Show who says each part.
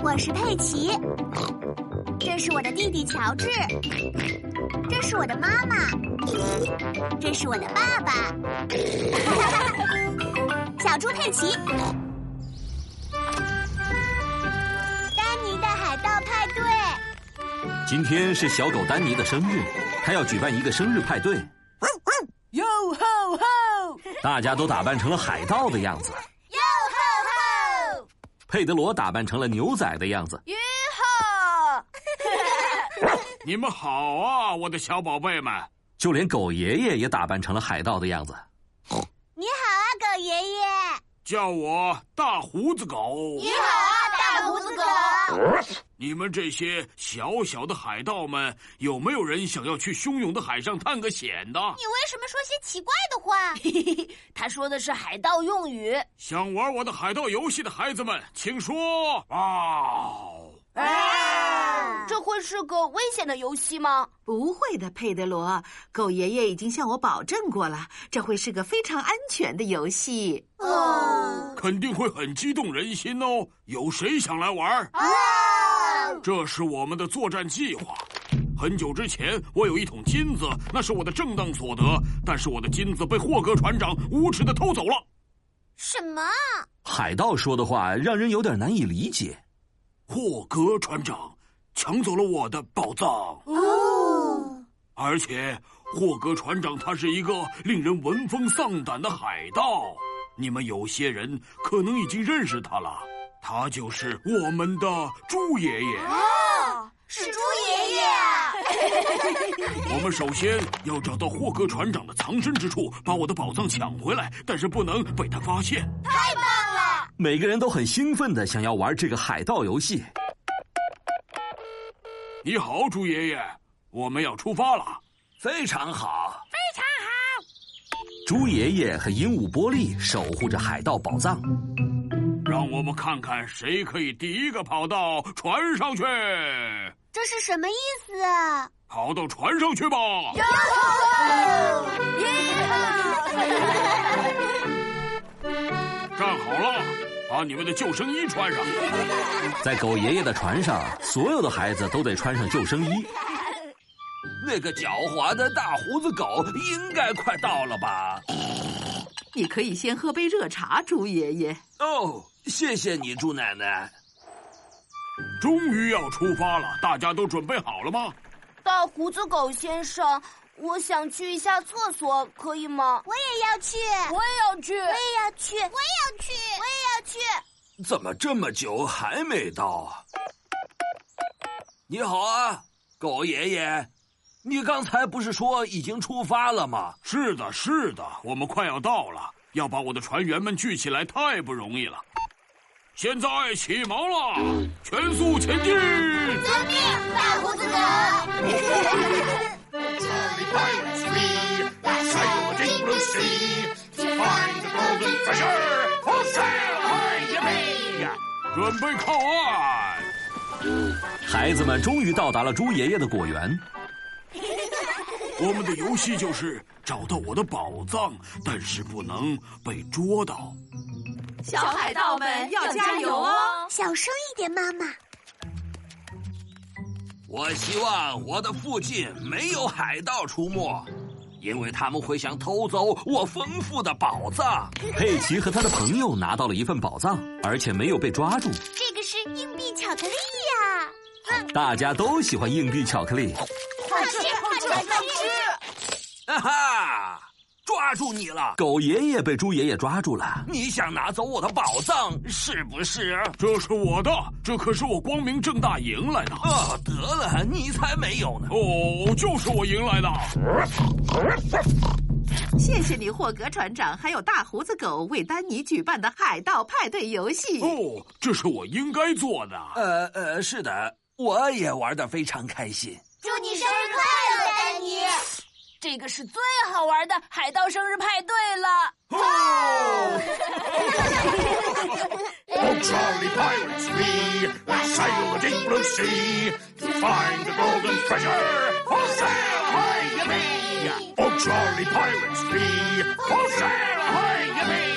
Speaker 1: 我是佩奇，这是我的弟弟乔治，这是我的妈妈，这是我的爸 爸，小猪佩奇。丹尼的海盗派对，
Speaker 2: 今天是小狗丹尼的生日，他要举办一个生日派对，
Speaker 3: 哟吼吼！
Speaker 2: 大家都打扮成了海盗的样子。
Speaker 1: 哟吼吼，
Speaker 2: 佩德罗打扮成了牛仔的样子，
Speaker 1: 哟哦吼！
Speaker 4: 你们好啊，我的小宝贝们！
Speaker 2: 就连狗爷爷也打扮成了海盗的样子。
Speaker 1: 你好啊，狗爷爷。
Speaker 4: 叫我大胡子狗。
Speaker 1: 好啊，大胡子狗。
Speaker 4: 你们这些小小的海盗们，有没有人想要去汹涌的海上探个险的？
Speaker 1: 你为什么说些奇怪的 话？
Speaker 5: 他说的是海盗用语。
Speaker 4: 想玩我的海盗游戏的孩子们，请说啊！
Speaker 1: 哎啊
Speaker 5: 这会是个危险的游戏吗？
Speaker 3: 不会的，佩德罗，狗爷爷已经向我保证过了，这会是个非常安全的游戏。
Speaker 1: 哦
Speaker 4: 肯定会很激动人心哦。有谁想来玩？
Speaker 1: 啊！
Speaker 4: 这是我们的作战计划。很久之前，我有一桶金子，那是我的正当所得，但是我的金子被霍格船长无耻的偷走了。
Speaker 1: 什么？
Speaker 2: 海盗说的话让人有点难以理解。
Speaker 4: 霍格船长抢走了我的宝藏，
Speaker 1: 哦，
Speaker 4: 而且霍格船长他是一个令人闻风丧胆的海盗。你们有些人可能已经认识他了，他就是我们的猪爷爷。
Speaker 1: 哦是猪爷爷啊！
Speaker 4: 我们首先要找到霍格船长的藏身之处，把我的宝藏抢回来，但是不能被他发现。
Speaker 2: 每个人都很兴奋的想要玩这个海盗游戏。
Speaker 4: 你好，猪爷爷，我们要出发了。
Speaker 2: 非常好，非常好。猪爷爷和鹦鹉波利守护着海盗宝藏。
Speaker 4: 让我们看看谁可以第一个跑到船上去。
Speaker 1: 这是什么意思啊？
Speaker 4: 跑到船上去吧！
Speaker 1: 哦
Speaker 4: 站好了，把你们的救生衣穿上。
Speaker 2: 在狗爷爷的船上，所有的孩子都得穿上救生衣。那个狡猾的大胡子狗应该快到了吧？
Speaker 3: 你可以先喝杯热茶，猪爷爷。
Speaker 2: 哦，谢谢你，猪奶奶。
Speaker 4: 终于要出发了，大家都准备好了吗？
Speaker 5: 大哦胡子狗先生，我想去一下厕所，可以吗？
Speaker 1: 我也要去，我
Speaker 5: 我也要去。
Speaker 1: 也要去，我也要去，我也要去。
Speaker 2: 怎么这么久还没到啊？你好啊，狗爷爷，你刚才不是说已经出发了吗？
Speaker 4: 是的，是的，我们快要到了，要把我的船员们聚起来太不容易了。现在起锚了，全速前进！
Speaker 1: 遵命，大胡子狗。
Speaker 6: pirates be. That's why you're deep blue sea. To find the golden treasure, all sail high you may.
Speaker 4: 准备靠岸。
Speaker 2: 孩子们终于到达了猪爷爷的果园。
Speaker 4: 我们的游戏就是找到我的宝藏，但是不能被捉到。
Speaker 3: 小海盗们要加油哦！
Speaker 1: 小声一点，妈妈。
Speaker 2: 我希望我的附近没有海盗出没，因为他们会想偷走我丰富的宝藏。佩奇和他的朋友拿到了一份宝藏，而且没有被抓住。
Speaker 1: 这个是硬币巧克力呀、
Speaker 2: 大家都喜欢硬币巧克力。
Speaker 1: 好吃，好吃，好吃！
Speaker 2: 啊 哈！抓住你了！狗爷爷被猪爷爷抓住了。你想拿走我的宝藏是不是？
Speaker 4: 这是我的，这可是我光明正大赢来的。
Speaker 2: 哦，得了，你才没有呢！
Speaker 4: 哦，就是我赢来的。
Speaker 3: 谢谢你，霍格船长，还有大胡子狗为丹尼举办的海盗派对游戏。
Speaker 4: 哦，这是我应该做的。
Speaker 2: 呃呃，是的，我也玩的非常开心。
Speaker 1: 祝你生日快乐，丹尼！
Speaker 5: 这个是最好玩的海盗生日派对了。
Speaker 6: Oh, jolly pirates be. Let's sail the deep blue sea. To find the golden treasure, all sail high you may. Oh, jolly pirates be. All sail high you may.